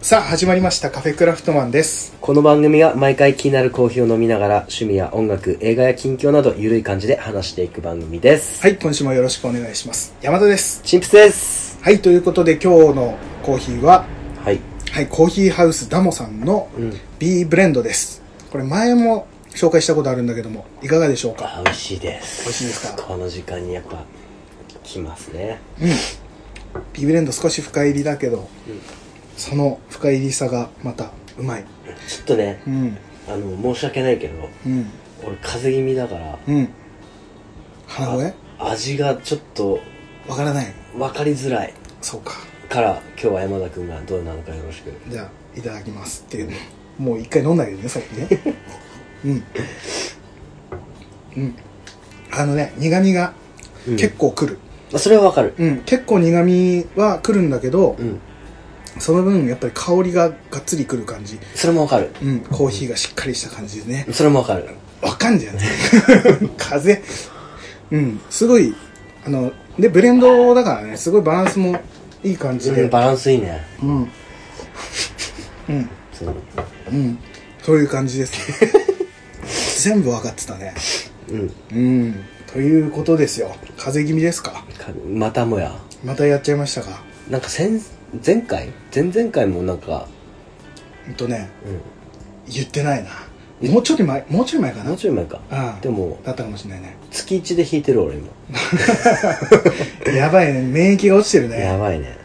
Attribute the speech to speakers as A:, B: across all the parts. A: さあ始まりましたカフェクラフトマンです
B: この番組は毎回気になるコーヒーを飲みながら趣味や音楽、映画や近況などゆるい感じで話していく番組です。
A: はい今週もよろしくお願いします山田です
B: チンプスです。
A: はいということで今日のコーヒーは
B: はい。
A: はいコーヒーハウスダモさんの
B: うん。
A: B ブレンドですこれ前も紹介したことあるんだけどもいかがでしょうか
B: あ美味しいです。
A: 美味しいですか
B: この時間にやっぱ来ますね。
A: B ブレンド少し深入りだけどその深入りさがまたうまい
B: ちょっとね
A: う、ん
B: あの、申し訳ないけど、
A: うん
B: 俺風邪気味だから、
A: うん鼻声
B: 味がちょっと
A: わからない
B: 分かりづらい
A: そうか
B: から、今日は山田くんがどうなのかよろしく。
A: じゃあいただきますっていうのもう一回飲んだけどねさっきね うんうんあのね苦味が
B: うん
A: 結構くる、
B: まあそれはわかる。
A: うん結構苦味はくるんだけど、
B: うん。
A: その分やっぱり香りががっつりくる感じ
B: それもわかる。
A: うんコーヒーがしっかりした感じでね
B: それもわかる。
A: わかんじゃ ない風うんすごいあのでブレンドだからねすごいバランスもいい感じで
B: うんバランスいいね。
A: うんうん
B: そう
A: うん、そういう感じ です。全部わかってたね。
B: うん。
A: うん、ということですよ。風邪気味ですか
B: かまたもや。
A: またやっちゃいましたか
B: なんか先前回前々回もなんか、
A: ほんとね、
B: う
A: 言ってないな。もうちょい前、もうちょい前か
B: ん、も
A: な
B: うちょい前か
A: ああ
B: でも
A: だったかもしれないね。
B: 月1で弾いてる俺今、
A: やばいね、免疫が落ちてる
B: や
A: ね。
B: ばいね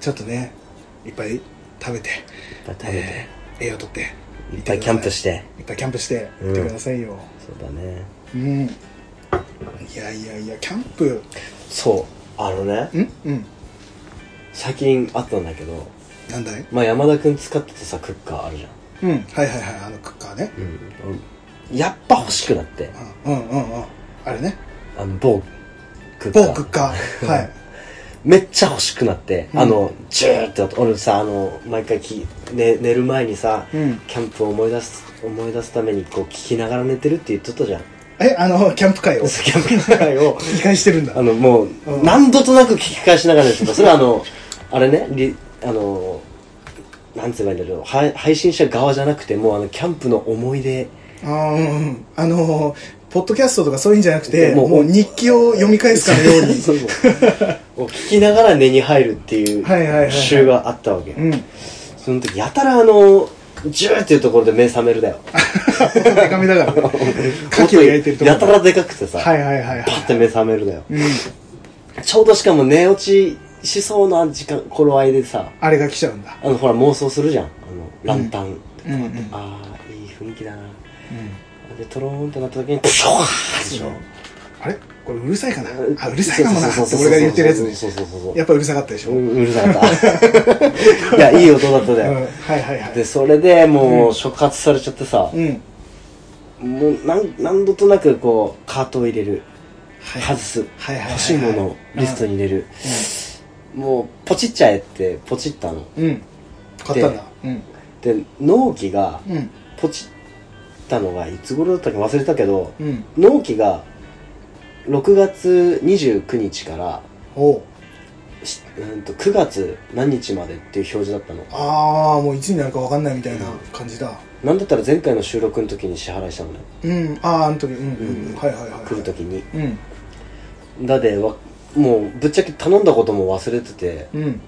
A: ちょっとね、いっぱい食べて、
B: いっぱい食べて、
A: えー栄養とって、
B: いっぱいキャンプしてて
A: ください。いっぱいキャンプして、
B: うん
A: 行ってくださいよ。
B: そうだね
A: うん。いやいやいや、キャンプ、
B: そうあのね
A: んうん。
B: 最近あったんだけど
A: なんだい
B: まあ山田君使ってたさクッカーあるじゃん
A: うん。はいはいはい、あのクッカーね。
B: うん俺やっぱ欲しくなって
A: うんうんうんうんあれね
B: あの某クッカー
A: 某クッカーはい
B: めっちゃ欲しくなって、
A: うん
B: あのジューってなって俺さあの毎回き、ね、寝る前にさ、
A: うん
B: キャンプを思い出す思い出すためにこう聞きながら寝てるって言っとったじゃん
A: えあのキャンプ会を
B: キャンプ会を
A: 聞き返してるんだ
B: あのもう
A: うん
B: 何度となく聞き返しながらですそれはあのあれねりあのなんつえばいいんだろうは配信者側じゃなくてもうあのキャンプの思 い出
A: あーうんうんあのポッドキャストとかそういうんじゃなくて
B: も
A: も
B: う
A: う日記を読み返すかのように
B: そうそうを聞きながら寝に入るってい
A: はいはいはいはいう
B: 週があったわけ
A: うん
B: その時やたらあのジューっていうところで目覚めるだ よ
A: デカめだから牡蠣を焼いてるとこ
B: やたらでかくてさ
A: はいはいはいはい
B: パッて目覚めるだよ
A: うん
B: ちょうどしかも寝落ちしそうな時間頃合いでさ
A: あれが来ちゃうんだ
B: あのほら妄想するじゃんあのランタン、
A: うんうんうん
B: ああいい雰囲気だなでトローンってなった時にプシュワーでしょ
A: あれこれうるさいかなあうるさいかもなって俺が言ってるやつね
B: そうそうそうそう
A: やっぱうるさかったでしょ、
B: ううるさか ったいやいい音だっただ
A: うん
B: よ、
A: はいはいは
B: で
A: い
B: それでもう触発されちゃってさ、
A: うん
B: もうなん何度となくこうカートを入れる
A: はい
B: 外す、
A: はいはいはいはい
B: 欲しいものをリストに入れる、もうポチっちゃえってポチったの
A: うん買ったんだうん
B: で納期が
A: うん
B: ポチったのがいつ頃だったか忘れたけど、
A: うん
B: 納期が6月29日から
A: おう
B: しうんと9月何日までっていう表示だったの
A: ああもういつになるか分かんないみたいな感じだ
B: なんだったら前回の収録の時に支払いしたのね
A: うんあああの時うんうん、う、
B: うんん
A: はいはいはい
B: 来る時に
A: うん
B: だでわもうぶっちゃけ頼んだことも忘れてて
A: うん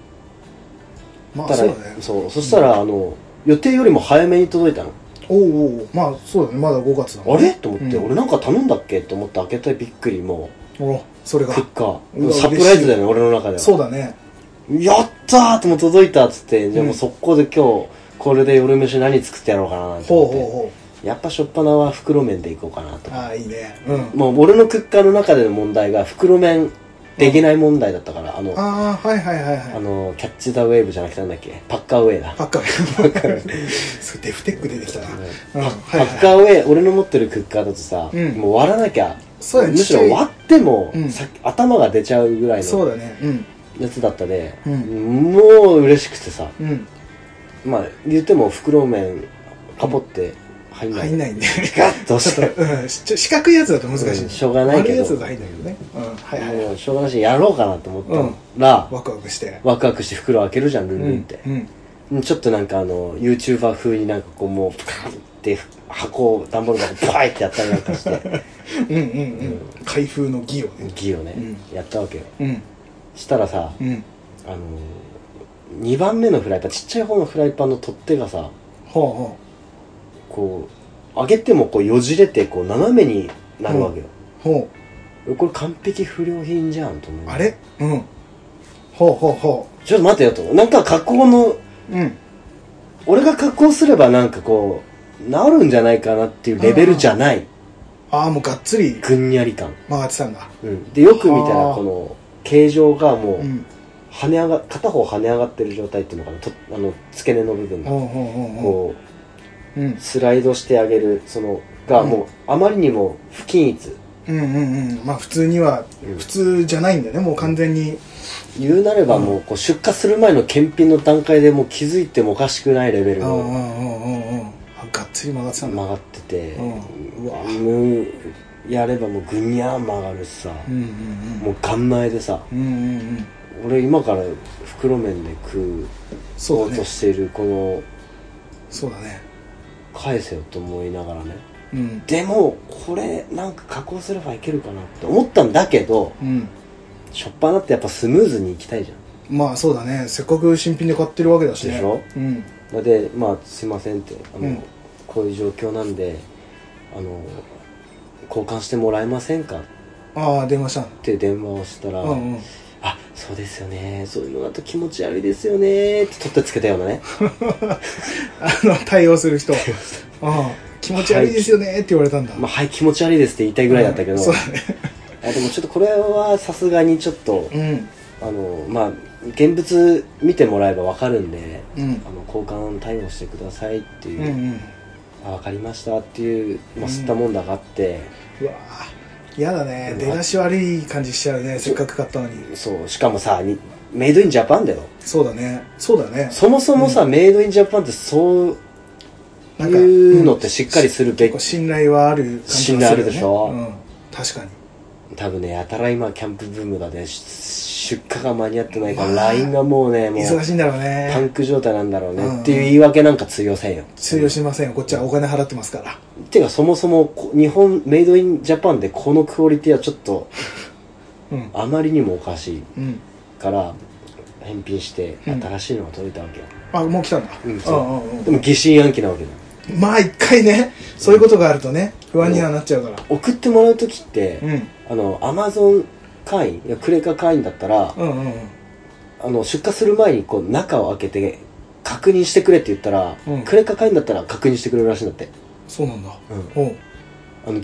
A: まあ
B: た
A: そ
B: ら
A: うだね
B: そうそしたら、あの予定よりも早めに届いたの
A: おうおうまあそうだねまだ5月だもん
B: あれと思って、
A: うん
B: 俺なんか頼んだっけと思って開けたびっくりも
A: おらそれ
B: う
A: が
B: クッカ
A: う
B: ー
A: わ
B: サプライズだよね俺の中では
A: そうだね
B: やったーとも届いたっつって、じゃあもううん速攻で今日、これで夜飯何作ってやろうかななんて
A: ほう
B: 思
A: ほ
B: っ
A: う
B: て。
A: ほ
B: やっぱしょっぱなは袋麺でいこうかなと
A: う。ああいいねうん
B: もう俺のクッカーの中での問題が袋麺できない問題だったから、あの、
A: ああはいはいはい
B: あ
A: はい
B: の、キャッチザウェーブじゃなくてなんだっけパッカーウェイだ。
A: パッカーパッカー すごいデフテック出てきたな、うん、はい
B: パ
A: はい
B: ッカーウェイ、俺の持ってるクッカーだとさ、
A: うん
B: もう割らなきゃ、
A: そうだね
B: むしろ割っても、
A: うん
B: さ頭が出ちゃうぐらい
A: そう
B: の
A: だねうん
B: やつだったで、
A: うん
B: もう嬉しくてさ、
A: うん
B: まあ言っても袋麺カポって入んない、
A: 入んないね
B: ガッと押し
A: ちょ
B: て
A: っと、うん、しちょ四角いやつだと難しい、
B: うんしょうがないけど
A: 丸いやつだと入んないけどねうんはいはいはい
B: もうしょうがないしやろうかなと思ったら、
A: ワクワクして
B: ワクワクして袋開けるじゃんルンルンって、
A: うん
B: うんちょっとなんかあの YouTuber 風になんかこうもうカーンって箱を段ボール箱バイってやったりなんかして
A: うんうんうん開封の儀をね
B: ギをね、
A: う
B: やったわけよ
A: うん
B: したらさ、
A: うん
B: あの2番目のフライパンちっちゃい方のフライパンの取っ手がさ
A: ほうほ
B: こう上げてもこうよじれてこう斜めになるわけよ、
A: うほ
B: これ完璧不良品じゃんと思
A: う
B: う
A: あれうんほうほうほ
B: ちょっと待てよとなんか加工の
A: ううん
B: 俺が加工すればなんかこう治るんじゃないかなっていうレベルじゃない
A: ああもうがっつり
B: ぐんやり感、
A: 回ってたんだ
B: うん、でよく見た
A: は
B: ら
A: あ
B: この形状がも
A: う
B: うん跳ね上が片方跳ね上がってる状態っていうのかなとあの付け根の部分が
A: ほうほうほうほ
B: こう
A: ううん
B: スライドしてあげるそのが
A: うん
B: もうあまりにも不均一
A: うんうんうんまあ普通には
B: うん
A: 普通じゃないんだよねもう完全に
B: 言うなればもうこう出荷する前の検品の段階でもう気づいてもおかしくないレベル
A: うんうんう
B: の
A: んうんうんあがっつり曲がってたんだ
B: 曲がってて
A: うんうわ
B: うんやればもうぐにゃー曲がるしさ
A: うんうん
B: もうガン前でさ
A: うんうんうんうん
B: 俺今から袋麺で食う
A: そうだ
B: と
A: ね
B: しているこ
A: そうだね
B: の返せよと思いながらね
A: うん
B: でもこれなんか加工すればいけるかなって思ったんだけど
A: うん
B: しょっぱなってやっぱスムーズにいきたいじゃん
A: まあそうだねせっかく新品で買ってるわけだしね
B: でしょ
A: うん
B: ので「まあ、すいません」ってあの、
A: うん
B: こういう状況なんであの交換してもらえませんか?」っ
A: ああ電話したん
B: て電話をしたら「
A: うん うん
B: あそうですよねそういうのだと気持ち悪いですよね」って取ってつけたようなね
A: あの対応する人ああ気持ち悪いですよねって言われたんだ、
B: 「まあ、はい気持ち悪いです」って言いたいぐらいだったけど、
A: そうだね
B: あでもちょっとこれはさすがにちょっと
A: うん
B: あのまあ現物見てもらえばわかるんで
A: うん
B: あの交換対応してくださいっていう
A: うんう
B: 「
A: ん
B: あ分かりました」っていう、まあ、吸ったもんだがあって。
A: うわあ嫌だね出だし悪い感じしちゃうねせっかく買ったのに
B: そうしかもさにメイドインジャパンだよ
A: そうだねそうだね
B: そもそもさ、メイドインジャパンってそう
A: ないんか
B: うのってしっかりする
A: 結
B: べき
A: 構信頼はある感じがす
B: 信
A: よ
B: 頼あるでしょ
A: うん、確かに
B: 多分ねやたら今キャンプブームだねし出荷が間に合ってないか
A: う
B: ら
A: わ
B: LINE がもうねもう
A: 忙しいんだろう
B: パン
A: ね
B: ク状態なんだろう
A: うん
B: ねっていう言い訳なんか通用せんよ
A: 通用しませんよこっちはお金払ってますから
B: ていうかそもそもこ日本メイドインジャパンでこのクオリティはちょっと
A: うん
B: あまりにもおかしい
A: うん
B: から返品して
A: うん
B: 新しいのが届いたわけよ、
A: あもう来たんだ、
B: うんそ
A: そううんうんうん
B: でも疑心暗鬼なわけだよ
A: まあ一回ねそういうことがあるとね不安にはなっちゃうから
B: 送ってもらう時って、
A: うん
B: あの、アマゾン会員、いやクレカ会員だったら、
A: うんうん
B: あの、出荷する前にこう、中を開けて、確認してくれって言ったら、
A: うん
B: クレカ会員だったら確認してくれるらしいんだって。
A: そうなんだ
B: うん。
A: おう
B: あの、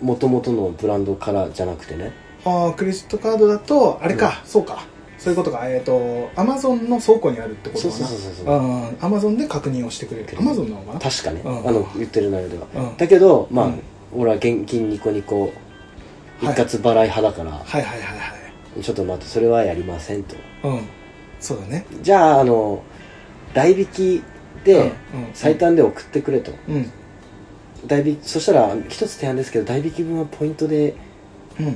B: 元々のブランドからじゃなくてね。
A: ああクレジットカードだとあれか、そうかそういうことかえっ、とアマゾンの倉庫にあるってこと
B: そう
A: か
B: そう
A: な
B: そうそうそう。
A: うんアマゾンで確認をしてくれるアマゾンなのかな
B: 確かね、
A: うん
B: あの、言ってる内容では。
A: うん
B: だけど、まあ、
A: うん
B: 俺は現金ニコニコ、一
A: はい
B: 括払い派だから、
A: はいはいはいはい
B: ちょっと待って、それはやりませんと。
A: うんそうだね
B: じゃあ、あの、代引きで、
A: うんうん
B: 最短で送ってくれと。
A: うん
B: 代引きそしたら一つ提案ですけど代引き分はポイントで
A: うん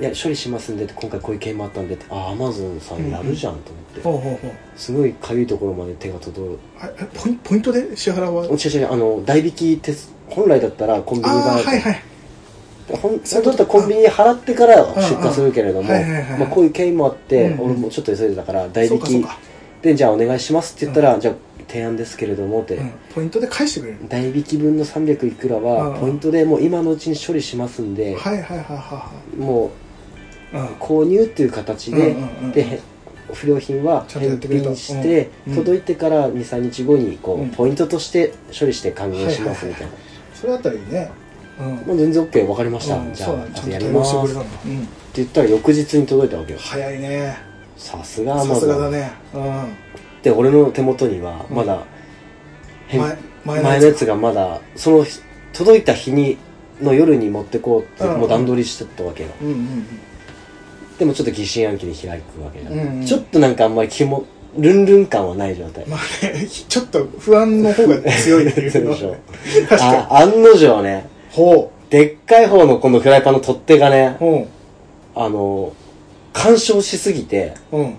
B: いや処理しますんでって今回こういう件もあったんでってああアマゾンさんやるじゃんと思って、
A: ほうほうほう
B: すごいかゆいところまで手が届く
A: あえポインポイントで支払わ
B: 違う違うあの代引きって本来だったらコンビニ
A: あ
B: が
A: あはいはい
B: 本
A: そういうこ
B: 本
A: と
B: 当だったらコンビニに払ってから出荷するけれども
A: うんうんはいはいはい
B: まあこういう経緯もあって、
A: うんうん
B: 俺もちょっと急いでたから代
A: そう
B: 引
A: かそう
B: き
A: か、
B: でじゃあお願いしますって言ったら、じゃあ提案ですけれどもって、
A: うん、ポイントで返してくれる
B: 代引き分の300いくら
A: うん
B: はポイントでもう今のうちに処理しますんで、
A: はいはいはいは
B: も
A: い
B: う
A: はい、うん、
B: 購入っていう形で、
A: うんうんうん
B: でへ不良品は
A: ちゃんとやっ
B: 返
A: てくれた
B: 品して、
A: うん
B: 届いてから23日後にこう、
A: うん
B: ポイントとして処理して還元しますみたいな、
A: それだったらいいねうん
B: もう全然 OK 分かりました、
A: うん
B: じゃ
A: そうだ
B: あ
A: ね
B: あ
A: ちゃ
B: と
A: んと
B: やり
A: 対
B: ま
A: 応
B: す
A: してくれた
B: って
A: んだ、うん、
B: 言ったら翌日に届いたわけよ
A: 早いね
B: さすが
A: さ
B: ます
A: がだ
B: だ
A: ねう
B: で俺の手元にはまだ、
A: ん
B: 返
A: 前
B: 前のやつがまだその日届いた日にの夜に持ってこうって、
A: うん
B: もう段取りしてったわけよ
A: うんうん
B: でもちょっと疑心暗鬼に開くわけじゃん、
A: うんうん
B: ちょっとなんかあんまり気もルンルン感はない状態
A: うんまあね ちょっと不安の方が強いってい
B: そう
A: う
B: で
A: の
B: しょ
A: 確かに
B: あ案の定ね
A: ほ
B: でっかい方のこのフライパンの取っ手が
A: う
B: ね
A: ほ
B: あの干渉しすぎて
A: ううん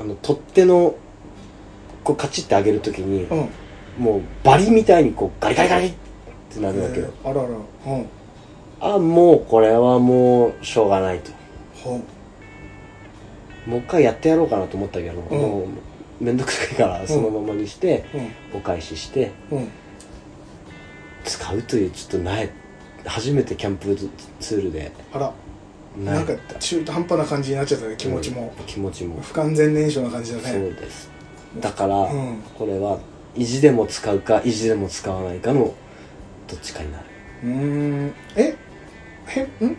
B: あの取っ手のこうカチッて上げるときに、
A: うん
B: もうバリみたいにこうガリガリガリってなるわけよ、
A: えーあららうん
B: あもうこれはもうしょうがないと
A: ほん
B: もう一回やってやろうかなと思ったけど、
A: うん
B: もうめんどくさいからそのままにして、お返しして
A: うんうん
B: 使うというちょっとない初めてキャンプツールで
A: あら
B: な
A: なん
B: い
A: か中途半端な感じになっちゃったね気持ちも、
B: 気持ちも、
A: 不完全燃焼な感じだ
B: そ
A: ね
B: うですだから、
A: うん
B: これは意地でも使うか意地でも使わないかのどっちかになる
A: うーんえへん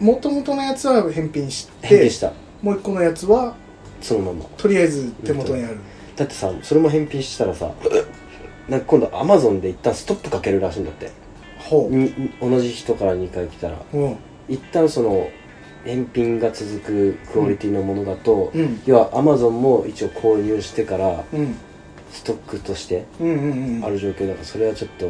A: もともとのやつは返品し
B: 変
A: て
B: 形した
A: もう一個のやつは
B: そのまま
A: とりあえず手元にある
B: だってさそれも返品した らさなんか今度アマゾンで一旦ストップかけるらしいんだって
A: ほう
B: に同じ人から2回来たら
A: うん
B: 一旦その返品が続くクオリティのものだと、
A: うん
B: 要はアマゾンも一応購入してから
A: うん
B: ストックとして
A: うんうんうん
B: ある状況だからそれはちょっと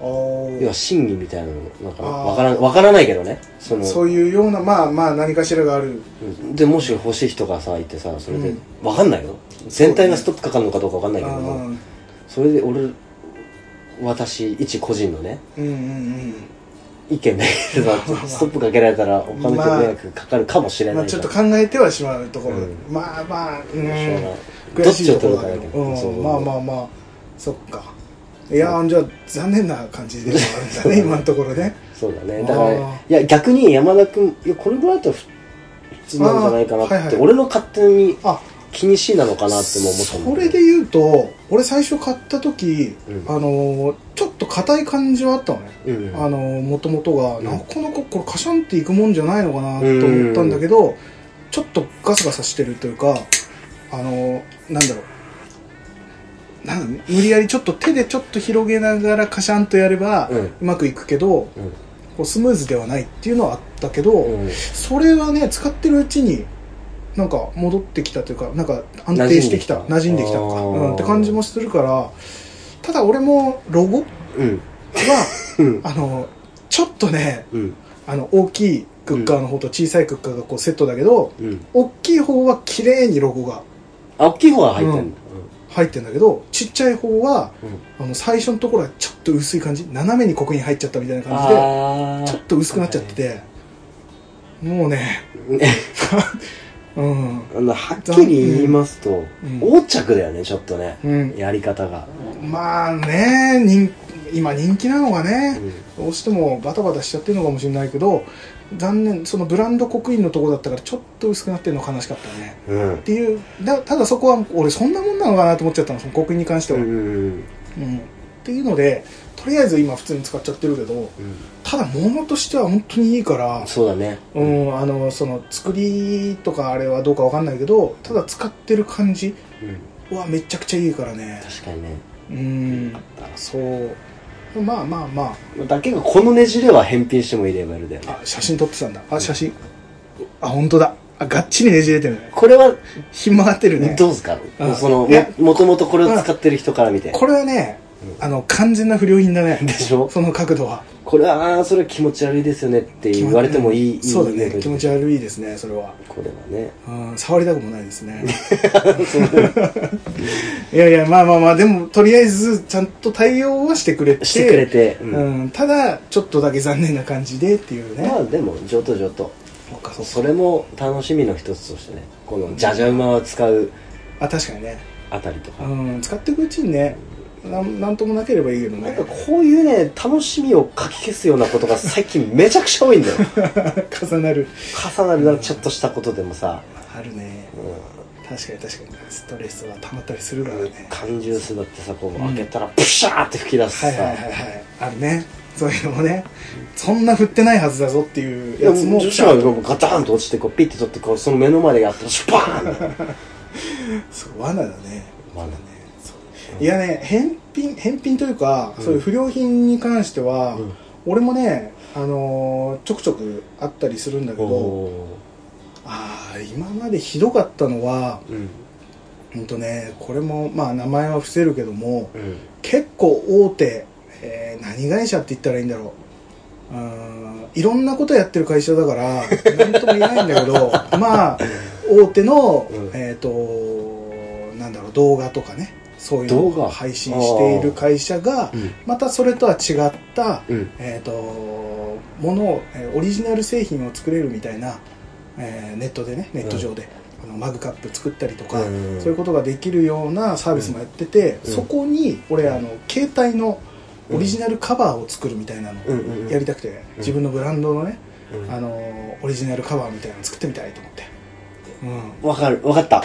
A: あー
B: 要は審議みたいなのなんか
A: あー
B: わからんわからないけどねその
A: そういうようなまあまあ何かしらがある
B: うんでもし欲しい人がさいてさそれで、
A: うん
B: わかんないよ全体がストップかかるのかどうかわかんないけども
A: あー
B: それで俺私一個人のね
A: うんうん
B: 意見だけどさストップかけられたらお金と迷惑かかるかもし
A: う
B: れ
A: んま
B: な
A: あ
B: い
A: ち
B: か
A: ょっ
B: ら
A: と考えてはしまうところ、
B: うん
A: まあまあう
B: しょう
A: ん
B: がないど
A: 悔
B: っ
A: しい
B: ちを
A: とこ
B: 取
A: ろ
B: るか
A: だ
B: だ
A: け
B: け
A: ど、
B: ど、そう
A: うん、まあまあまあそっかいやーじゃあ残念な感じではあるんだ ね今のところね
B: そうだねだから
A: あー
B: いや逆に山田君いやこれぐらいだったら普通なんじゃないかなって、
A: あーはいはい
B: 俺の勝手に
A: あ
B: 気にしいなのかなっても思ったんだ
A: それで言うと俺最初買った時、
B: うん
A: あのーちょっと硬い感じはあったのね、
B: うん
A: あのー元々が、
B: うん
A: なかなかこれカシャンっていくもんじゃないのかなと思ったんだけど、ちょっとガサガサしてるというかあのーなんだろうなん無理やりちょっと手でちょっと広げながらカシャンとやれば、う
B: うん
A: まくいくけど
B: うん
A: こうスムーズではないっていうのはあったけど、
B: うん
A: それはね使ってるうちになんか戻ってきたというかなんか安定してきた馴
B: 馴
A: 染
B: 染
A: んで
B: んで
A: き
B: き
A: た
B: た
A: のか、
B: あー
A: うん、って感じもするからただ俺もロゴは
B: うん
A: あのちょっとね
B: うん
A: あの大きいクッカーの方と小さいクッカーがこうセットだけど、
B: うん
A: 大きい方は綺麗にロゴが
B: あ大きい方が入ってんだ、
A: 入ってんだけどちっちゃい方は
B: うんうん
A: あの最初のところはちょっと薄い感じ斜めに刻印入っちゃったみたいな感じで
B: あ
A: ちょっと薄くなっちゃってて、もうねうん
B: あのはっきり言いますと、
A: うん
B: 横着だよねちょっとね、
A: うん
B: やり方が、
A: まあね人今人気なのがね、
B: う
A: どうしてもバタバタしちゃってるのかもしれないけど残念そのブランド刻印のとこだったからちょっと薄くなってるの悲しかったね
B: んう
A: っ
B: ん
A: ていうだただそこは俺そんなもんなのかなと思っちゃったのその刻印に関して
B: う
A: は、う
B: ん
A: ん
B: うん
A: っていうのでとりあえず今普通に使っちゃってるけど
B: う
A: ただ物としては本当にいいから
B: ん、そうだね
A: うん、あのその作りとかあれはどうかわかんないけどただ使ってる感じ
B: うん、
A: はめちゃくちゃいいからね
B: 確かにね
A: うんそうまあまあまあ
B: だけどこのねじれは返品してもいいレベルだよね
A: あ写真撮ってたんだあ写真あ本当だあがっちりねじれてるね
B: これは
A: ひん曲がってるね
B: どうですか、
A: うん
B: その
A: いや
B: ももともとこれを使ってる人から見て、
A: これはね
B: う
A: あの完全な不良品だね
B: でしょ
A: その角度は
B: これはあーそれは気持ち悪いですよねって言われてもいいいい
A: そうだね気持ち
B: 悪
A: 悪いですねそれはい
B: これはね
A: うん触りたくもないですね いやいやまあまあまあでもとりあえずちゃんと対応はしてくれて
B: してくれて、うん
A: うん、ただちょっとだけ残念な感じでっていうね
B: まあでも上等上等
A: そっかそっか
B: それも楽しみの一つとしてねこのじゃじゃ馬を使う
A: あ確かにね
B: あたりとか、
A: うん使っていくうちにねなんなんともなければいいけど
B: なん
A: ね
B: かこういうね楽しみをかき消すようなことが最近めちゃくちゃ多いんだよ
A: 重なる
B: 重なるなんかちょっとしたことでもさ、
A: あるね
B: う
A: 確かに確かにストレスは溜まったりするから
B: ん
A: ね、
B: 缶ジュースだってさこう
A: うん
B: 開けたらプシャーって吹き出す
A: は
B: さ、
A: いはいはいはいあるねそういうのもねそんな振ってないはずだぞっていうやつも
B: 女子はガタンと落ちてこうピッて取ってこうその目の前でやったらシュパーン
A: そう罠だね
B: まあね
A: いやね返品返品というか、そういう不良品に関しては、
B: うん
A: 俺もね、あのーちょくちょくあったりするんだけど
B: お
A: ああ今までひどかったのは
B: ーう
A: ほ
B: ん
A: んとねこれもまあ名前は伏せるけども
B: うん
A: 結構大手、えー何会社って言ったらいいんだろううーんいろんなことやってる会社だから何とも言えないんだけど まあ大手の、
B: うん
A: えっ、となんだろう動画とかねそういう
B: 動
A: の
B: 画
A: を配信している会社が
B: うん
A: またそれとは違った、
B: うん
A: えー、とものを、えーオリジナル製品を作れるみたいな、えーネットでねネット上で、あのマグカップ作ったりとか、
B: うん
A: そういうことができるようなサービスもやってて、
B: うん
A: そこに俺あの携帯のオリジナルカバーを作るみたいなの
B: うんうんうん
A: をやりたくて、自分のブランドのね、
B: うん
A: あのーオリジナルカバーみたいなの作ってみたいと思って、
B: わかるわかった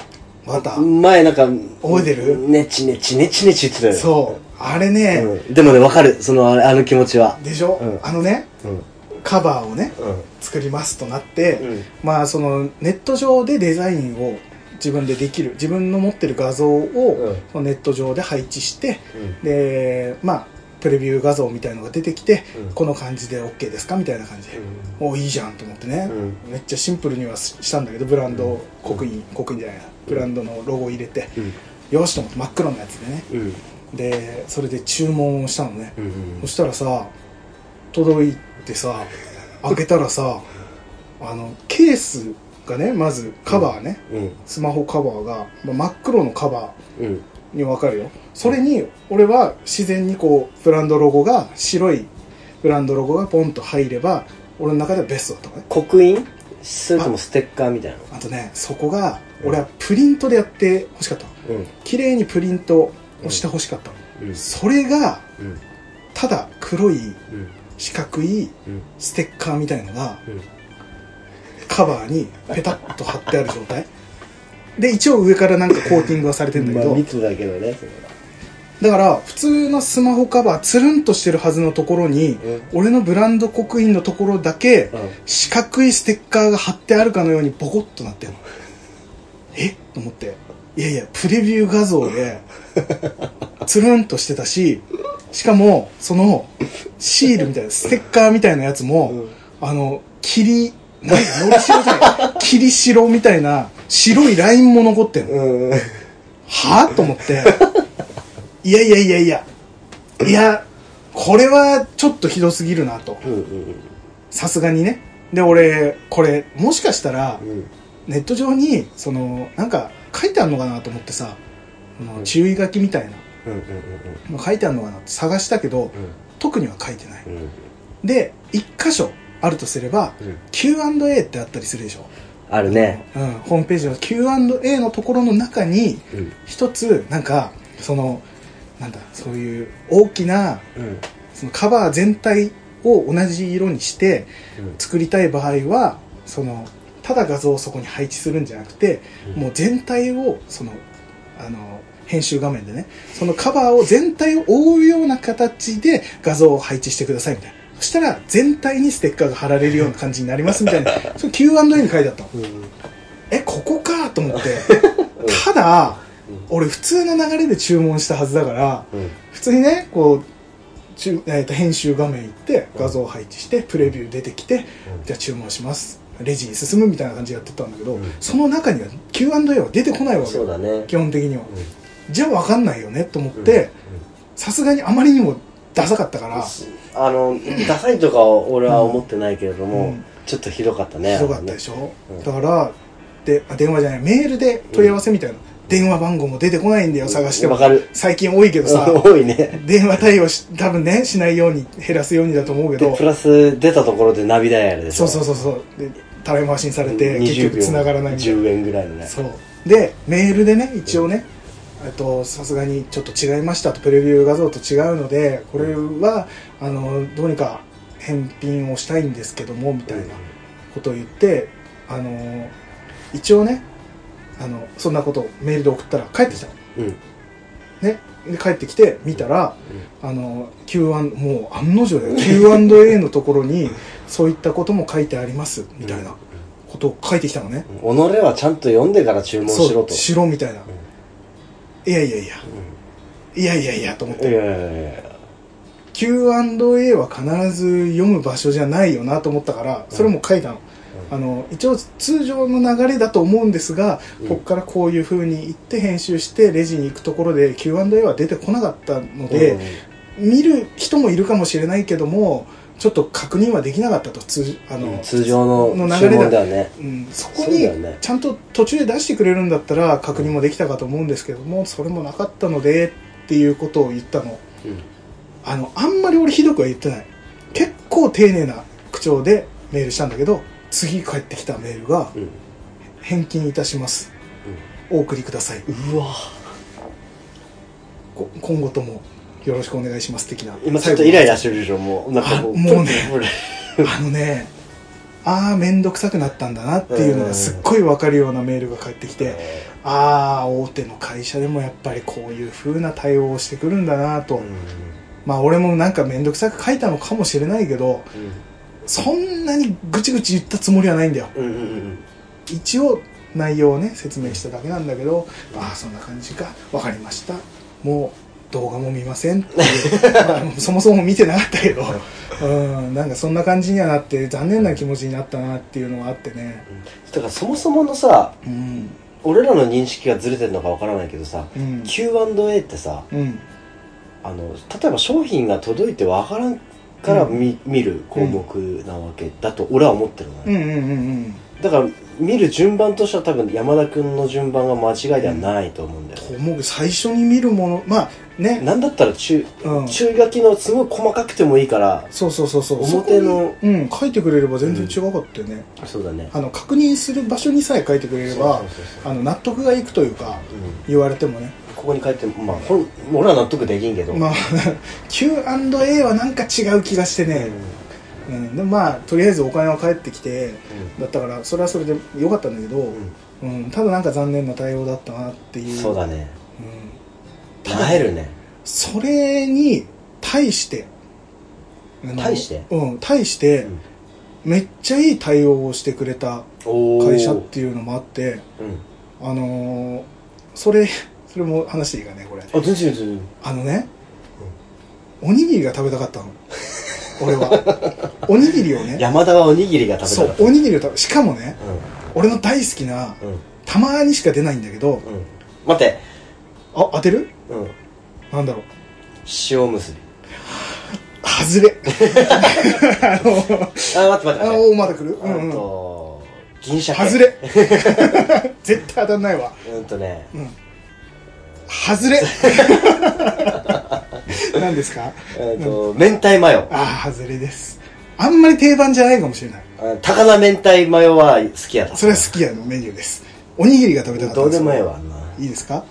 A: うん、分かった、
B: 前なんか
A: 覚えてる
B: ねちねちねちねち言ってたよ
A: そうあれね、
B: うんでもねわかるそのあれあの気持ちは
A: でしょ、
B: うん
A: あのね
B: うん
A: カバーをね
B: うん
A: 作りますとなって、
B: うん
A: まあそのネット上でデザインを自分でできる自分の持ってる画像を
B: うん
A: そのネット上で配置して、でまあプレビュー画像みたいのが出てきて、
B: うん
A: この感じで OK ですかみたいな感じで、おいいじゃんと思ってね、めっちゃシンプルにはししたんだけどブランドを刻印刻印じゃないなブランドのロゴを入れて、
B: うん
A: よしと思って真っ黒のやつでね
B: うんうん
A: でそれで注文をしたのね、
B: うん
A: そしたらさ届いてさ開けたらさあのケースがねまずカバーね、
B: うん
A: スマホカバーが、まあ真っ黒のカバ
B: うん
A: ーに分かるよそれに俺は自然にこうブランドロゴが白いブランドロゴがポンと入れば俺の中ではベストだったのね
B: 刻印それともステッカーみたいなの
A: あとねそこが俺はプリントでやってほしかったの
B: うん
A: 綺麗にプリントをしてほしかったの、
B: うん
A: それが
B: うん
A: ただ黒い
B: うん
A: 四角い
B: うん
A: ステッカーみたいのが
B: うん
A: カバーにペタッと貼ってある状態で一応上からなんかコーティングはされてんだけ
B: まあ
A: ど
B: 密だけどねそれは
A: だから普通のスマホカバーつるんとしてるはずのところに
B: うん
A: 俺のブランド刻印のところだけ
B: うん
A: 四角いステッカーが貼ってあるかのようにボコッとなってるのえと思っていやいやプレビュー画像で つるんとしてたししかもそのシールみたいなステッカーみたいなやつも、
B: うん
A: あの霧何のりしろじゃない霧白みたいな白いラインも残ってんの、
B: うん
A: はぁと思っていやいやいやいやいやこれはちょっとひどすぎるなと
B: うんうん
A: さすがにねで俺これもしかしたら
B: うん
A: ネット上にそのなんか書いてあるのかなと思ってさこの注意書きみたいな
B: うんうん
A: の書いてあるのかなって探したけど
B: うん
A: 特には書いてない
B: うんうん
A: で1箇所あるとすれば
B: うん
A: Q&A ってあったりするでしょ
B: あるね
A: うん、ホームページの Q&A のところの中に
B: うん
A: 一つなんかそのなんだそういう大きな
B: うん
A: そのカバー全体を同じ色にして作りたい場合はそのただ画像をそこに配置するんじゃなくて
B: うん
A: もう全体をそのあの編集画面でねそのカバーを全体を覆うような形で画像を配置してくださいみたいなそしたら全体にステッカーが貼られるような感じになりますみたい なその Q&A に書いてあったの
B: うん
A: えここかと思って ただ俺普通の流れで注文したはずだから
B: うん
A: 普通にねこう注えーと編集画面行って画像配置してプレビュー出てきて
B: うん
A: じゃあ注文しますレジに進むみたいな感じでやってたんだけど、
B: うん
A: その中には Q&A は出てこないわけ
B: そう
A: よ
B: だね
A: 基本的には
B: うん
A: じゃあ分かんないよねと思ってさすがにあまりにもダサかったからひ
B: あのダサいとかは俺は思ってないけれども、
A: うん
B: ちょっとひどかったね
A: どかったでしょ、
B: うん
A: だからであ電話じゃないメールで問い合わせみたいな、電話番号も出てこないんだよ探しても
B: わかる
A: 最近多いけどさ
B: 多いね
A: 電話対応し多分ねしないように減らすようにだと思うけ
B: で
A: ど
B: プラス出たところでナビダイヤルでし
A: そ
B: ょ
A: うそうそうそうでたらい回しにされて
B: 20
A: 結局
B: 秒
A: 繋がらないみたい
B: 10円ぐらいの
A: な
B: ね
A: そうでメールでね一応ねえっとさすがにちょっと違いましたとプレビュー画像と違うのでこれはあのどうにか返品をしたいんですけどもみたいなことを言ってあの一応ねあのそんなことをメールで送ったら帰ってきたの
B: うんうん
A: ねで帰ってきて見たら、あの Q&A もう案の定だよ Q&A のところにそういったことも書いてありますみたいなことを書いてきたのね、
B: 己はちゃんと読んでから注文しろ
A: そう
B: と
A: しろみたいな、いやいやいやいやいやいやと思っ
B: いやい
A: て、
B: やいや
A: Q&A は必ず読む場所じゃないよなと思ったからそれも書いたの、
B: うん
A: あの一応通常の流れだと思うんですが、
B: うん
A: ここからこういう風に行って編集してレジに行くところで Q&A は出てこなかったので、見る人もいるかもしれないけどもちょっと確認はできなかったと通あの、
B: 通常の
A: の流
B: 注
A: れだ
B: 文ではね
A: うん、そこ
B: そうだ
A: に
B: よね
A: ちゃんと途中で出してくれるんだったら確認もできたかと思うんですけどもそれもなかったのでっていうことを言ったの
B: うん
A: あのあんまり俺ひどくは言ってない結構丁寧な口調でメールしたんだけど次返ってきたメールが
B: うん
A: 「返金いたします」「お送りください」
B: うんうわ
A: こ「今後ともよろしくお願いします」的な
B: 今ちょっとイライラしててるでしょもうなんかもう
A: あもうね
B: プルプル
A: あのねああ面倒くさくなったんだなっていうのがすっごい分かるようなメールが返ってきてああ大手の会社でもやっぱりこういう風な対応をしてくるんだなと、
B: うん
A: まあ俺もなんか面倒くさく書いたのかもしれないけど
B: うん
A: そんなにぐちぐち言ったつもりはないんだよ
B: うんうんうん
A: 一応内容をね説明しただけなんだけどああそんな感じかわかりましたもう動画も見ませんって いう、まあそもそも見てなかったけどうんなんかそんな感じにはなって残念な気持ちになったなっていうのがあってね
B: うんだからそもそものさ
A: うん
B: 俺らの認識がずれてるのかわからないけどさ
A: うん
B: Q&A ってさ
A: うん
B: あの例えば商品が届いてわからんから
A: うん
B: 見,、見る項目なわけだと俺は思ってるの
A: うんう
B: ね、
A: んうん
B: だから見る順番としては多分山田君の順番が間違いではないと思うんだよ
A: と
B: ね、
A: 思うけど最初に見るものまあね
B: なんだったら中
A: うん
B: 中書きのすごい細かくてもいいから
A: そうそうそうそう
B: 表の
A: そこにうん書いてくれれば全然違かったよね、
B: そうだね
A: あの確認する場所にさえ書いてくれれば
B: そうそうそうそう
A: あの納得がいくというか
B: うん
A: 言われてもね
B: ここに書いてまあほん俺は納得できんけど、
A: まあ Q&A はなんか違う気がして
B: うん
A: ね、うんでもまあとりあえずお金は返ってきてだったからそれはそれで良かったんだけど、
B: う
A: うんただなんか残念な対応だったなっていう
B: そうだね
A: うん
B: 耐えるね
A: それに対してあの
B: 対して
A: うん対して、
B: うん
A: めっちゃいい対応をしてくれた
B: おー
A: 会社っていうのもあって
B: うん
A: あのーそれそれも話していいかねこれ
B: あ全然全然
A: あのね、おにぎりが食べたかったの俺はおにぎりをね
B: 山田はおにぎりが食べ
A: そ
B: た
A: う
B: かった
A: おにぎりを食べしかもね
B: う
A: 俺の大好きなん
B: うん
A: たまーにしか出ないんだけど
B: うん待って
A: あ当てる
B: うん
A: なんだろう
B: 塩結び
A: 外れあの
B: あ待って待
A: あ
B: って待
A: の
B: って
A: まだ来る、うん
B: あ
A: うん、
B: と銀鮭
A: 外れ 絶対当たんないわ
B: うんとね
A: うん外れ 何ですか
B: えっと明太マヨ
A: ああ、外れです。あんまり定番じゃないかもしれない。
B: あ高菜明太マヨは好きやった
A: それは好きやのメニューです。おにぎりが食べたかった
B: ど
A: ん
B: う
A: で
B: ですもええ
A: よ。
B: わあんな
A: いういですか
B: ん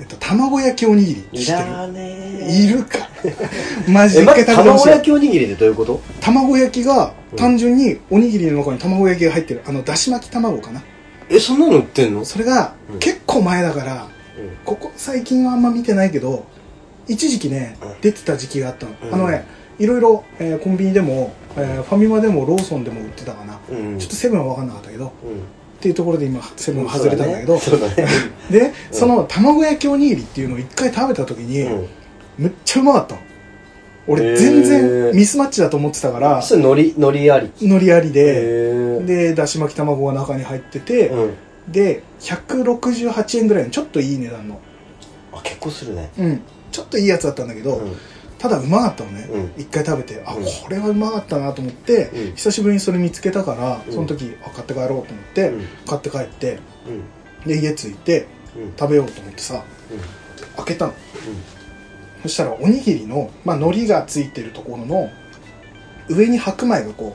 A: えっと、卵焼きおにぎり
B: い
A: 知って
B: ら
A: る
B: ね
A: い
B: る
A: るか。 マジで
B: え
A: 一
B: 待
A: 回
B: って
A: 食べてほし
B: 卵
A: い。
B: 焼きおにぎりってどういうこと
A: 卵焼きが単純におにぎりの中に卵焼きが入ってる。あの、だし巻き卵かな。
B: えそんなの売ってんの
A: それが
B: うん
A: 結構前だから、
B: うん
A: ここ最近はあんま見てないけど、一時期ね
B: うん、
A: 出てた時期があったの。
B: うん
A: あのね、いろいろ、えーコンビニでも、えーファミマでもローソンでも売ってたかな。
B: うん
A: ちょっとセブンは分かんなかったけど、
B: うん
A: っていうところで今セブン外れたんだけど、
B: そうだね
A: でその卵焼きおにぎりっていうのを一回食べた時に、
B: うん
A: めっちゃうまかったの
B: へ
A: 俺
B: ー
A: 全然ミスマッチだと思ってたから
B: それ海苔海苔あり
A: 海苔ありで、
B: へ
A: でだし巻き卵が中に入ってて、
B: うん
A: で168円ぐらいのちょっといい値段の、
B: あ結構するね
A: うん、ちょっといいやつだったんだけど、
B: うん
A: ただうまかったのね、
B: うん
A: 一回食べてあ、
B: うん
A: これはうまかったなと思って、
B: うん
A: 久しぶりにそれ見つけたから、
B: うん
A: その時あ買って帰ろうと思って、
B: うん
A: 買って帰って
B: うん
A: で家着いて
B: うん
A: 食べようと思ってさ
B: うん
A: 開けたのそしたらおにぎりの、まあ、海苔がついてるところの上に白米がこ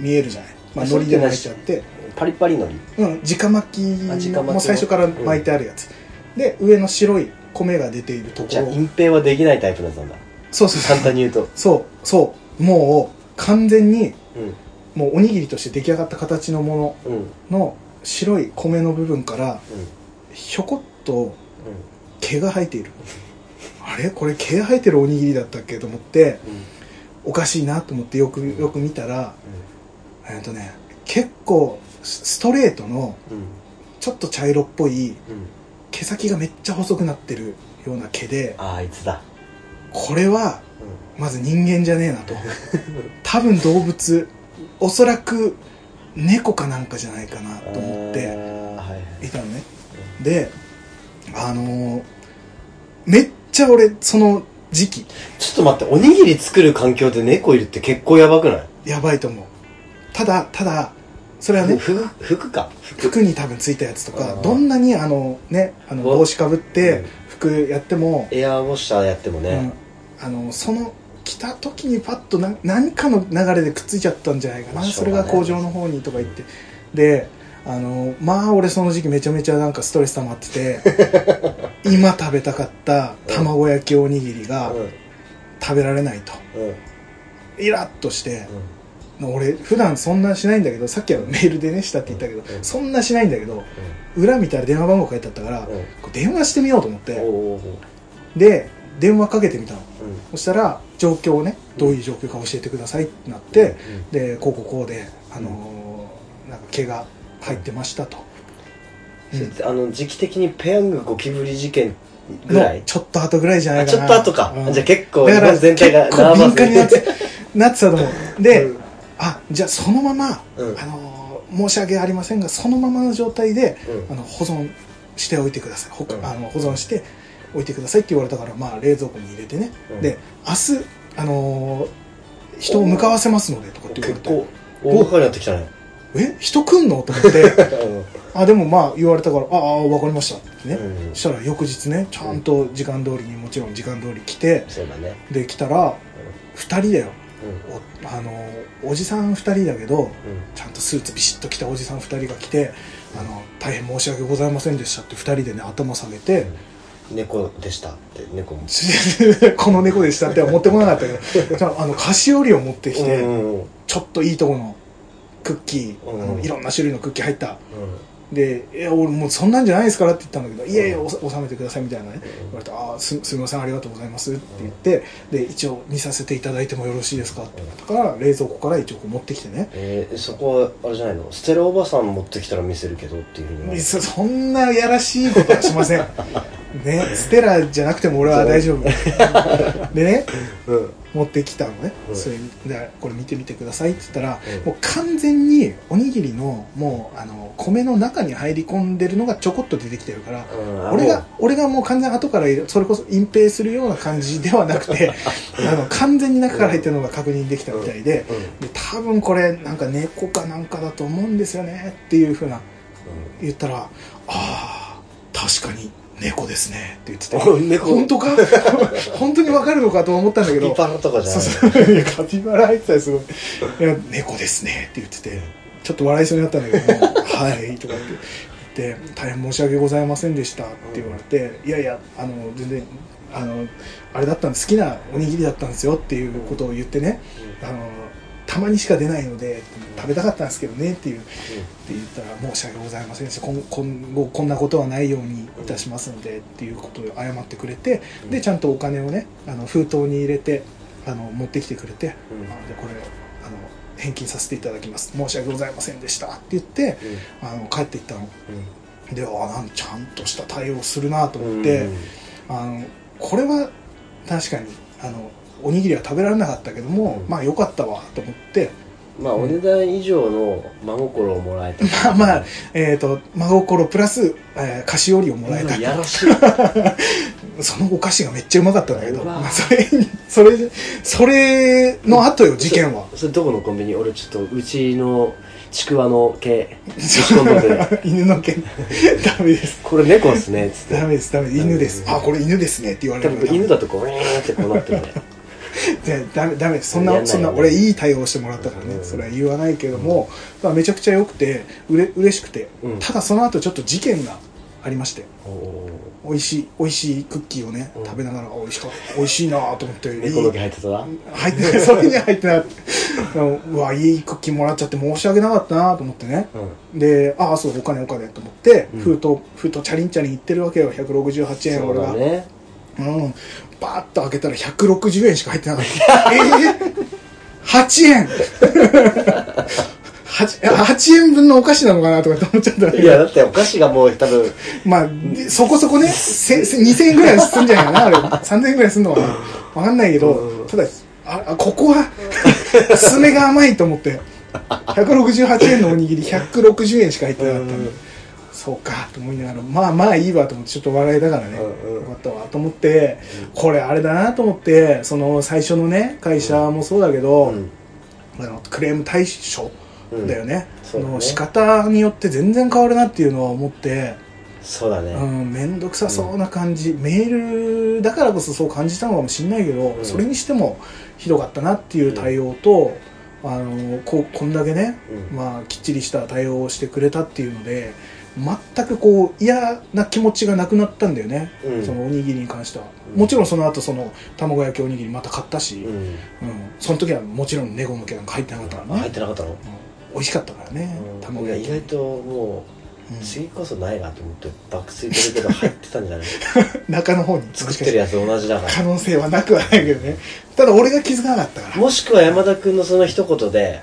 A: う見えるじゃない、まあ、
B: そ
A: 海
B: れっ
A: 苔で
B: て何
A: 巻いちゃって
B: うんパリパリ海苔
A: うん直巻き
B: あ直巻き
A: の
B: の
A: もう最初から巻いてあるやつ、で上の白い米が出ているとこ
B: じゃあ
A: ろ
B: 隠蔽はできないタイプだったんだ
A: そうそう
B: 簡
A: そう
B: 単に言うと
A: そうそうもう完全に
B: うん
A: もうおにぎりとして出来上がった形のも
B: うんうん
A: のの白い米の部分からひょこっと毛が生えてい るあれこれ毛生えてるおにぎりだったっけと思って
B: うん
A: おかしいなと思ってよくよく見たらえっとね結構スストレートの
B: うん
A: ちょっと茶色っぽい
B: うん
A: 毛先がめっちゃ細くなってるような毛で
B: ああいつだ
A: これは
B: う
A: まず人間じゃねえ なと多分動物おそらく猫かなんかじゃないかなんと思っ
B: あ
A: て
B: ーはいはい
A: いたのねであのーめっちゃ俺その時期
B: ちょっと待って、おにぎり作る環境で猫いるって結構やばくない
A: やばいと思うただただそれは
B: ふ
A: ね
B: 服服か。服。
A: 服に多分ついたやつと
B: あ
A: か
B: ー
A: どんなにあのねあの
B: わ
A: 帽子かぶっ
B: う
A: て
B: ん
A: 服やっても、
B: エアーウォッシャーやっても
A: うん
B: ね。
A: あのその着た時にパッとな何かの流れでくっついちゃったんじゃないかな、
B: まあし
A: そ
B: ょ
A: う
B: が
A: れ
B: ない
A: が工場の方にとか言ってであのまあ俺その時期めちゃめちゃなんかストレス溜まって て今食べたかった卵焼きおにぎりが
B: うん。
A: 食べられないと
B: うん。
A: イラッとして、俺普段そんなしないんだけどさっきはメールでねしたって言ったけど、
B: うん
A: そんなしないんだけど裏見たら電話番号書いてあったから、
B: うん。うん。
A: こう電話してみようと思っ
B: お
A: て
B: おおー
A: で電話かけてみたの
B: うん。
A: そしたら状況をねどういう状況か教えてくださいってなっ
B: で
A: て、、でこうこうこうで、あのーなんか毛が入ってましたと、うん
B: そしてあの、時期的にペヤングゴキブリ事件ぐら
A: の
B: い
A: ちょっと後ぐらいじゃない
B: あ、
A: か
B: ちょ
A: な
B: っと後か
A: う。ん
B: じゃあ結構、
A: だ
B: 日
A: から
B: 本全体が
A: 結構敏感になっ
B: って
A: なってたと思うで、
B: うん
A: あじゃあそのまま、
B: うん
A: あのー申し訳ありませんがそのままの状態で、
B: うん
A: あの保存しておいてくださいほか
B: うん
A: あの保存しておいてくださいって言われたから、まあ、冷蔵庫に入れてね、
B: うん
A: で明日、あのー人を向かわせますのでとかって言われ
B: 結
A: て
B: 構、大掛かりになってきたね。
A: え人来んのと思って
B: うん
A: あでもまあ言われたからああ分かりましたってね、
B: うん
A: そしたら翌日ねちゃんと時間通りにもちろん時間通り来て
B: そうだね。
A: で来たら2人だよ
B: うん。
A: おあのおじさん2人だけど
B: うん。
A: ちゃんとスーツビシッと着たおじさん2人が来てあの大変申し訳ございませんでしたって2人でね頭下げて、
B: 猫でしたって、猫も。
A: この猫でしたっては持ってこなかったけど じゃああの菓子折りを持ってきて、
B: うんうん
A: ちょっといいとこのクッキー、
B: うん
A: あのいろんな種類のクッキー入った
B: うん。
A: で「いや俺もうそんなんじゃないですから」って言ったんだけど「いやいやおさ納めてください」みたいなね言われて「ああすすみませんありがとうございます」って言ってで一応見させていただいてもよろしいですかって言われたから冷蔵庫から一応こう持ってきてね
B: えー、そこはあれじゃないのステレおばさん持ってきたら見せるけどっていうふうに言われて
A: そそんなやらしいことはしませ んねステラじゃなくても俺は大丈夫 でね
B: うん
A: 持ってきたのね、
B: うん
A: それでこれ見てみてくださいって言ったら、
B: う
A: も
B: ん
A: う完全におにぎりのもうあの米の中に入り込んでるのがちょこっと出てきてるから、
B: うん
A: 俺
B: も
A: が俺がもう完全に後から入れそれこそ隠蔽するような感じではなく てあの完全に中から入ってるのが確認できたみたいで,、
B: うう
A: で
B: ん
A: 多分これなんか猫かなんかだと思うんですよねっていうふうな言ったら「あー確かに猫ですね」って言ってて
B: うん猫
A: 本当か 本当にわかるのかと思ったんだけど
B: ピパラとかじゃ
A: そ
B: な
A: う
B: い
A: そういやカピバラ入ってたらすごい「いや猫ですね」って言っててちょっと笑いそうになったんだけども 「はい」とかって言って「大変申し訳ございませんでした」って言われて「いやいやあの全然あのあれだったんです好きなおにぎりだったんですよ」っていうことを言ってね「あのたまにしか出ないので食べたかったんですけどね」っていうって言ったら「申し訳ございませんでした今今後こんなことはないようにいたしますので」っていうことを謝ってくれて
B: うん
A: でちゃんとお金をねあの封筒に入れてあの持ってきてくれて「
B: うん
A: あのでこれあの返金させていただきます申し訳ございませんでした」って言ってあの帰っていったのであなんちゃんとした対応するなと
B: うんうん
A: 思って、あのこれは確かにあのおにぎりは食べられなかったけども、
B: うん
A: まあよかったわと思って
B: まあお値段以上の真心をもらえた
A: まあ まあ、えー、と真心プラス、えー菓子折りをもらえた
B: うんやらしい
A: そのお菓子がめっちゃうまかったんだけど、
B: うわ
A: まあ、それにそれそれの後よ事件は
B: それどこのコンビニ俺ちょっとうちのちくわの毛 仕込んでて
A: 犬の毛ダメです
B: これ猫ですねっつって
A: ダメですダメです犬ですあこれ犬ですねって言われ
B: 多
A: るの
B: 分犬だとこうウィーンってこうなって るね
A: でダメダメそん
B: やん
A: な
B: ない
A: そんな
B: やんない
A: 俺いい対応してもらったからね、
B: うん
A: それは言わないけども、まあ、めちゃくちゃ良くてうれ嬉しくて、
B: うん
A: ただその後ちょっと事件がありまして
B: おー
A: 美味しい美味しいクッキーをね、
B: うん
A: 食べながら美味しか美味しいなと思って
B: 猫の
A: いい
B: 毛入ってたな
A: 入って ないそれには入ってなかったうんうわいいクッキーもらっちゃって申し訳なかったなと思ってね
B: うん
A: でああそうお金お金と思って、
B: うん
A: 封筒封筒チャリンチャリンいってるわけよ168円
B: そう
A: 俺
B: だ
A: が
B: ね
A: うんバーッと開けたら160円しか入ってなかったえー、8円 8, 8円分のお菓子なのかなとかって思っちゃったんだけ
B: い
A: ど
B: やだってお菓子がもう多分
A: まあ、でそこそこね、せせ2000円ぐらいはすんじゃないかな、あれ。3000円ぐらいすんのかな。わかんないけ
B: う
A: ど、
B: ん
A: ただ、あ、あここは、爪が甘いと思って、168円のおにぎり160円しか入ってなかったんで
B: うん
A: そうかと思いながらまあまあいいわと思ってちょっと笑いだからね、
B: うんうん
A: よかったわと思って、これあれだなと思ってその最初のね会社もそうだけど、
B: うん
A: あのクレーム対処だよね,、
B: うん
A: そ
B: そうだね
A: の仕方によって全然変わるなっていうのを思って
B: そうだね、
A: うん、めんどくさそうな感じ、メールだからこそそう感じたのかもしれないけど、
B: うん
A: それにしてもひどかったなっていう対応と、あのここんだけね、
B: うん
A: まあ、きっちりした対応をしてくれたっていうので全くこう嫌な気持ちがなくなったんだよね、
B: うん
A: そのおにぎりに関しては、
B: うん
A: もちろんその後その卵焼きおにぎりまた買ったし、
B: う
A: うん
B: ん
A: その時はもちろん猫の毛なんか入ってなかったから
B: あ入っ
A: ね、
B: てなかったの、
A: うん美味しかったからね、
B: うん、
A: 卵
B: いや
A: 焼
B: 意
A: き、
B: 外ともう、
A: うん
B: 次こそないなと思って爆睡するけど入ってたん じゃない
A: 中の方に
B: 作ってるやつ同じだか
A: 可
B: ら
A: 能性はなくはないけどねただ俺が気づかなかったから
B: もしくは山田君のその一言で、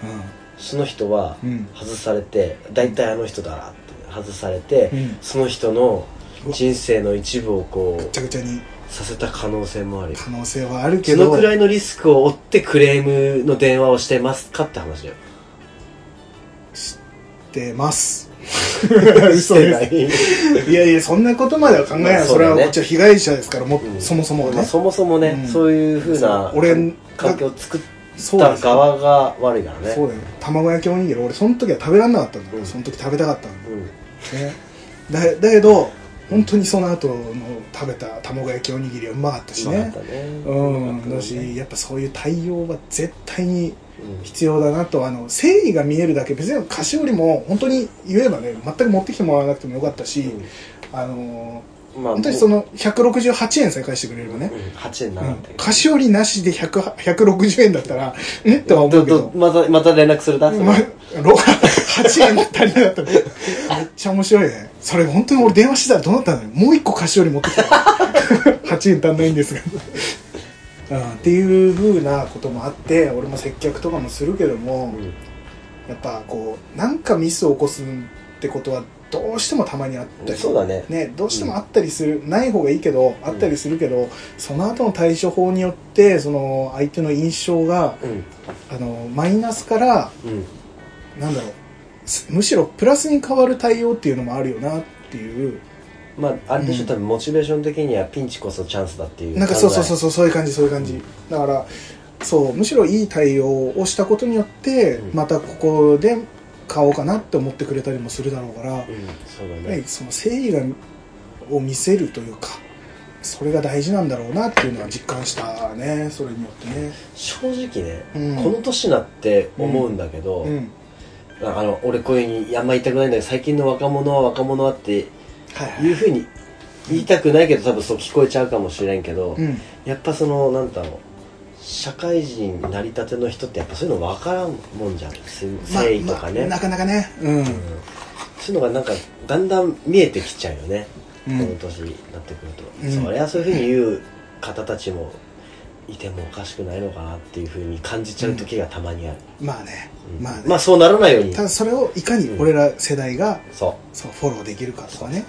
B: その人は
A: うん
B: 外されて大体あの人だなって外されて、
A: うん
B: その人の人生の一部をこ
A: ぐちゃ
B: う
A: ぐちゃに
B: させた可能性もあるよ
A: 可能性はあるけ
B: そ
A: ど
B: のくらいのリスクを負ってクレームの電話をしてますかって話だよ
A: ってます 嘘です
B: して
A: いやいやそんなことまでは考えない、
B: まあそ
A: そう
B: だ
A: れ
B: よね
A: はこっちは被害者ですからも、
B: うん
A: そもそも
B: な
A: は
B: いまあ
A: ね
B: そもそもね、
A: うん
B: そういうふうな
A: そう俺
B: 環境を作っ
A: そう
B: た
A: ですよ
B: 側が悪いからね
A: そうだよ卵焼きおにぎり俺その時は食べられなかったんだよ、
B: うん
A: その時食べたかったんだよ
B: うん
A: ねだだけど本当にその後の食べた卵焼きおにぎりはうまかったし
B: うま
A: ね
B: かったね
A: うんだ
B: う
A: し
B: ん
A: やっぱそういう対応は絶対に必要だなとあの誠意が見えるだけ別に菓子折りも本当に言えばね全く持ってきてもらわなくてもよかったし、あの
B: うんま
A: ー
B: あ
A: 本当にその168円さえ返してくれればね
B: う、ん8円
A: う
B: なんかったけど
A: 菓子折りなしで100 160円だったらうんっては思うけど
B: どど。またまた連絡するなその
A: ま、8円足りなか っためっちゃ面白いねそれ本当に俺電話してたらどうなったのよもう一個菓子折り持ってきた よ8円足んないんですがうん、っていうふうなこともあって俺も接客とかもするけども、
B: うん
A: やっぱこうなんかミスを起こすってことはどうしてもたまにあったり
B: そうだね
A: どうしてもあったりする、ない方がいいけどあったりするけど、その後の対処法によってその相手の印象が
B: うん
A: あのマイナスから
B: うん
A: なんだろうすむしろプラスに変わる対応っていうのもあるよなっていう
B: まああれでしょ、
A: うん
B: 多分モチベーション的にはピンチこそチャンスだっていう
A: なんかそうそうそう
B: 考
A: そうそういう感じそういう感じ、だからそうむしろいい対応をしたことによって、
B: うん
A: またここで買おうかなって思ってくれたりもするだろうから、
B: えうんそうだ
A: ね
B: ね、
A: その誠意がを見せるというかそれが大事なんだろうなっていうのは実感したねそれによってね
B: 正直ね、
A: うん
B: この年になって思うんだけど、
A: うん
B: あの俺こういうふうにあんま言いたくないんだけど最近の若者は若者はって
A: はいはい
B: いうふうに言いたくないけど多分そう聞こえちゃうかもしれんけど、
A: うん
B: やっぱそのなんだろう社会人なりたての人ってやっぱそういうの分からんもんじゃんす誠意とかね、
A: まあなかなかねうん、
B: うんそういうのがなんかだんだん見えてきちゃうよね、
A: うん
B: この年になってくると、
A: うん
B: そりゃそういうふうに言う方たちもいてもおかしくないのかなっていうふうに感じちゃう時がたまにある、
A: まあね、
B: うん
A: まあね、
B: まあそうならないように
A: ただそれをいかに俺ら世代が
B: そう
A: そうフォローできるかとかね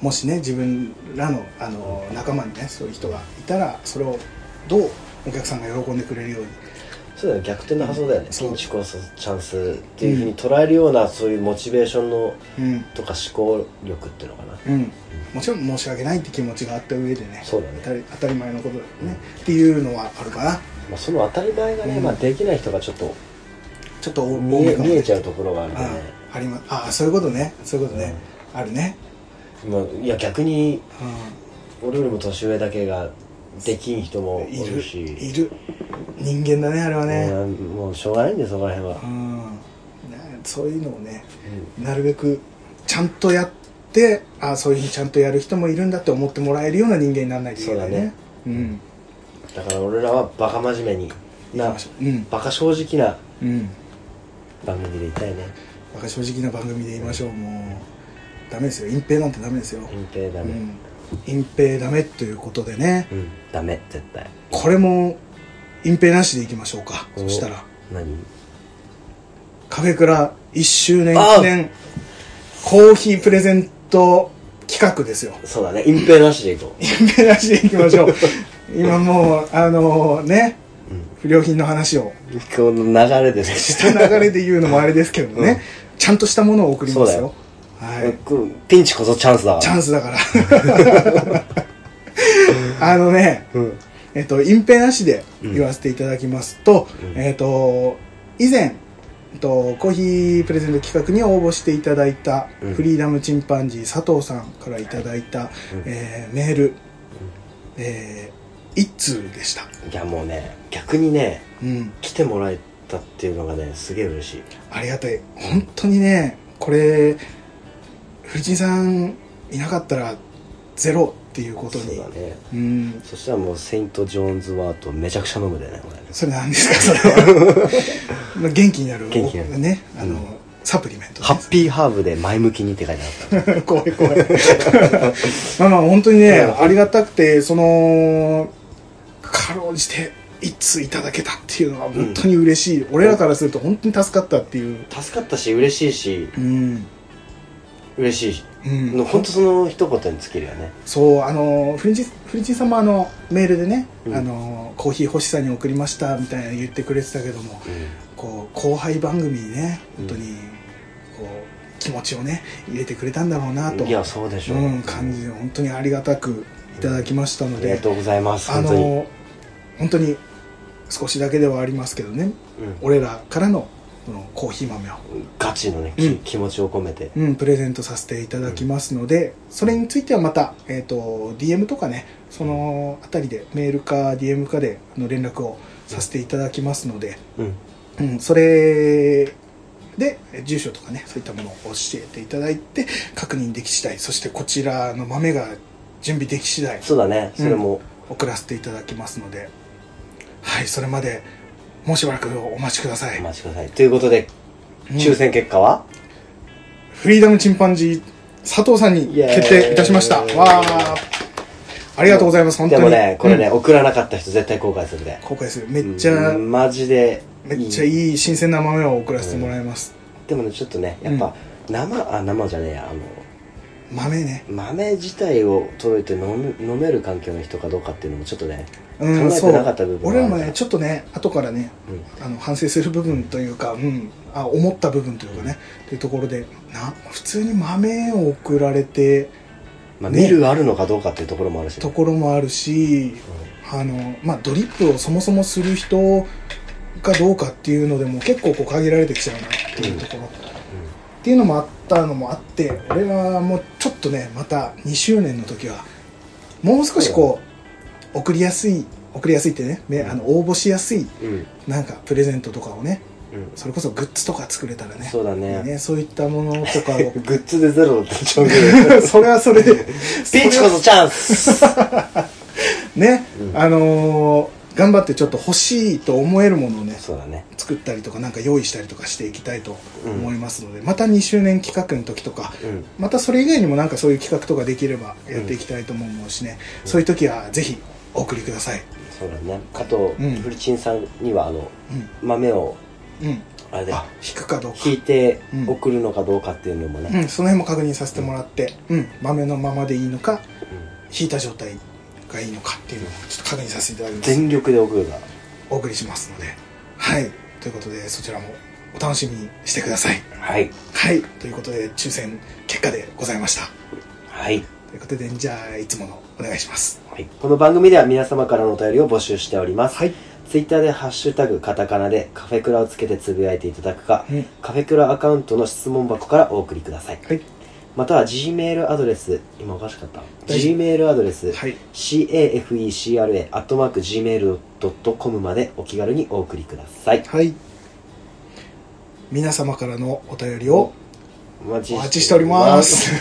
A: もしね自分らのあの仲間にねそういう人がいたらそれをどうお客さんが喜んでくれるように
B: そうだよね逆転の発想だよね、
A: そう
B: ピンチこそチャンスっていうふうに捉えるような、そういうモチベーションの
A: うん、
B: とか思考力っていうのかな、
A: うん、もちろん申し訳ないって気持ちがあった上でね
B: そうだね
A: 当たり当たり前のことだよね、っていうのはあるかな
B: まあ、その当たり前がね、
A: うん
B: まあ、できない人がちょっと
A: ちょっと多
B: 見
A: め
B: え
A: かも
B: 見えちゃうところがあるよ
A: あ
B: ね、
A: あありますああそういうことねそういうことね、あるね、
B: まあ、いや逆に
A: う
B: 俺よりも年上だけができん人
A: ん、
B: も
A: い
B: い
A: る
B: るし
A: いる人間だねあれはね、
B: うんもうしょうがないんだよそこら辺は
A: う、んねそういうのをねなるべくちゃんとやってああそういうふうにちゃんとやる人もいるんだって思ってもらえるような人間にならないといけないねうん
B: だから俺らはバカ真面目にな
A: うん
B: バカ正直な
A: うん
B: 番組でいたいね
A: バカ正直な番組で言いましょうもうダメですよ隠蔽なんてダメですよ、
B: 隠蔽ダ
A: う
B: メ、
A: ん、隠蔽ダメということでね
B: うん、ダメ絶対
A: これも隠蔽なしでいきましょうかそしたら
B: お何
A: カフェクラ1周年
B: あ
A: 記念コーヒープレゼント企画ですよ
B: そうだね隠蔽なしでいこ
A: 隠蔽なしでいきましょ う今もうあのね
B: う、うん、
A: 不良品の話を
B: この流れでね
A: した流れで言うのもあれですけどね、ちゃんとしたものを送りますよ、はい
B: ピンチこそチャンスだから
A: チャンスだから あのね
B: うん
A: えっと、隠蔽なしで言わせていただきますと、
B: うん
A: えっと、以前、えっと、コーヒープレゼント企画に応募していただいた、
B: うん
A: フリーダムチンパンジー佐藤さんからいただいた、
B: うん
A: えーメール、えー一通でした。
B: いやもうね逆にね
A: うん、
B: 来てもらえたっていうのがねすげえ嬉しい
A: ありがたい。本当にね、これ、藤井さんいなかったら、ゼロっていうこと
B: そう
A: に。
B: だね
A: うん、
B: そしたらもうセイント・ジョーンズ・ワートめちゃくちゃ飲むでねこれね
A: それ何ですか、それは。まあ元気になる。
B: 元気になる
A: ね、あの、
B: うん
A: サプリメントです
B: ハッピーハーブで前向きにって書いてあっ た
A: 怖い怖いまあまあ本当にね、
B: うん
A: ありがたくてそのかろうじて一通いただけたっていうのは本当に嬉しい、俺らからすると本当に助かったっていう
B: 助かったし嬉しいし
A: うん、
B: 嬉しいし、
A: うん
B: の本当その一言に尽きるよね
A: そうあのフリチフリチンさんもあのメールでね、
B: うん
A: あのコーヒー欲しさに送りましたみたいな言ってくれてたけどもこう後輩番組にね本当にこう気持ちをね入れてくれたんだろうなと
B: いやそうでしょ
A: うん、感じで本当にありがたくいただきましたの
B: あ
A: で、
B: りがとうございます
A: あ
B: 本当に、
A: の本当に少しだけではありますけどね
B: うん
A: 俺らからのこのコーヒー豆を、
B: ガチのね、き
A: うん
B: 気持ちを込めて、
A: うん、プレゼントさせていただきますので、それについてはまた、えー、と DM とかねそのあたりでメールか DM かであの連絡をさせていただきますので、
B: うん
A: うん、それでえ住所とかねそういったものを教えていただいて確認でき次第そしてこちらの豆が準備でき次第
B: そうだねそれも、
A: 送らせていただきますのではいそれまでもうしばらくお待ちください
B: お待ちくださいということで
A: うん
B: 抽選結果は、
A: フリーダムチンパンジー佐藤さんに
B: イエーイ
A: 決定いたしましたわあありがとうございます本当
B: で
A: に
B: もねこれね、
A: うん
B: 送らなかった人絶対後悔するで
A: 後悔するめっちゃ、
B: うんマジで
A: めっちゃいい新鮮な豆を送らせてもらいます、
B: でもねちょっとねやっぱ、生あ生じゃねえやあの
A: 豆ね
B: 豆自体を届いて飲め飲める環境の人かどうかっていうのもちょっとね、
A: うん
B: 考え
A: そう
B: てなかった部分
A: 俺らも
B: はあ
A: ね
B: る
A: ちょっとね後からね
B: うん
A: あの反省する部分というか、うん、あ思った部分というかね、というところでな普通に豆を送られて
B: まあ、
A: ね
B: 見るあるのかどうかっていうところもあるし、
A: ところもあるしあの、まあ、ドリップをそもそもする人かどうかっていうのでも結構こう限られてきちゃうなっていうところ、っていうのもあったのもあって俺はもうちょっとねまた2周年の時はもう少しこう送りやすい送りやすいってねめあの応募しやすい
B: うんうん
A: なんかプレゼントとかをね
B: うん
A: それこそグッズとか作れたらね
B: そうだね
A: ねそういったものとかを
B: グッズでゼロだった状況で
A: それはそれで
B: ピンチこそチャ ンス
A: ね、
B: うん
A: あのー頑張ってちょっと欲しいと思えるものをね
B: そうだね
A: 作ったりとかなんか用意したりとかしていきたいと思いますので、また2周年企画の時とか
B: うん
A: またそれ以外にもなんかそういう企画とかできればやっていきたいと思うしね、そういう時はぜひお送りください
B: そうだねあと、
A: うん
B: フルチンさんにはあの
A: う
B: 豆を
A: んうん
B: あれで
A: あ引くかどうか
B: 引いて
A: うん
B: 送るのかどうかっていうのもね、
A: うん、その辺も確認させてもらって、うん、豆のままでいいのか
B: うん
A: 引いた状態がいいのかっていうのをちょっと確認させていただきます
B: 全力で送るから
A: お送りしますのではいということでそちらもお楽しみにしてください
B: はい
A: はいということで抽選結果でございました
B: はい、
A: ということでじゃあいつものお願いします
B: はい、この番組では皆様からのお便りを募集しております、
A: はい
B: ツイッターで「ハッシュタグカタカナ」でカフェクラをつけてつぶやいていただくか、
A: うん
B: カフェクラアカウントの質問箱からお送りください
A: はい
B: または Gmail アドレス今おかしかった
A: 大丈夫
B: Gmail アドレス、
A: はい
B: cafecra.gmail.com までお気軽にお送りください
A: はい皆様からのお便りを
B: お待
A: お待ちしております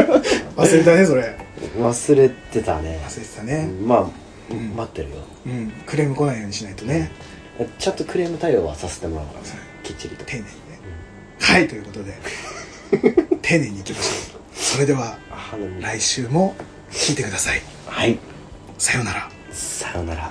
A: 忘れたねそれ
B: 忘れてたね
A: 忘れてたね
B: まあ、
A: ん
B: 待ってるよ
A: うんクレーム来ないようにしないとね
B: ちゃんとクレーム対応はさせてもらうから
A: そう
B: きっちりと
A: 丁寧にねはいということで丁寧にいきましょうそれでは
B: あの
A: 来週も聞いてください
B: はい
A: さようなら
B: さよなら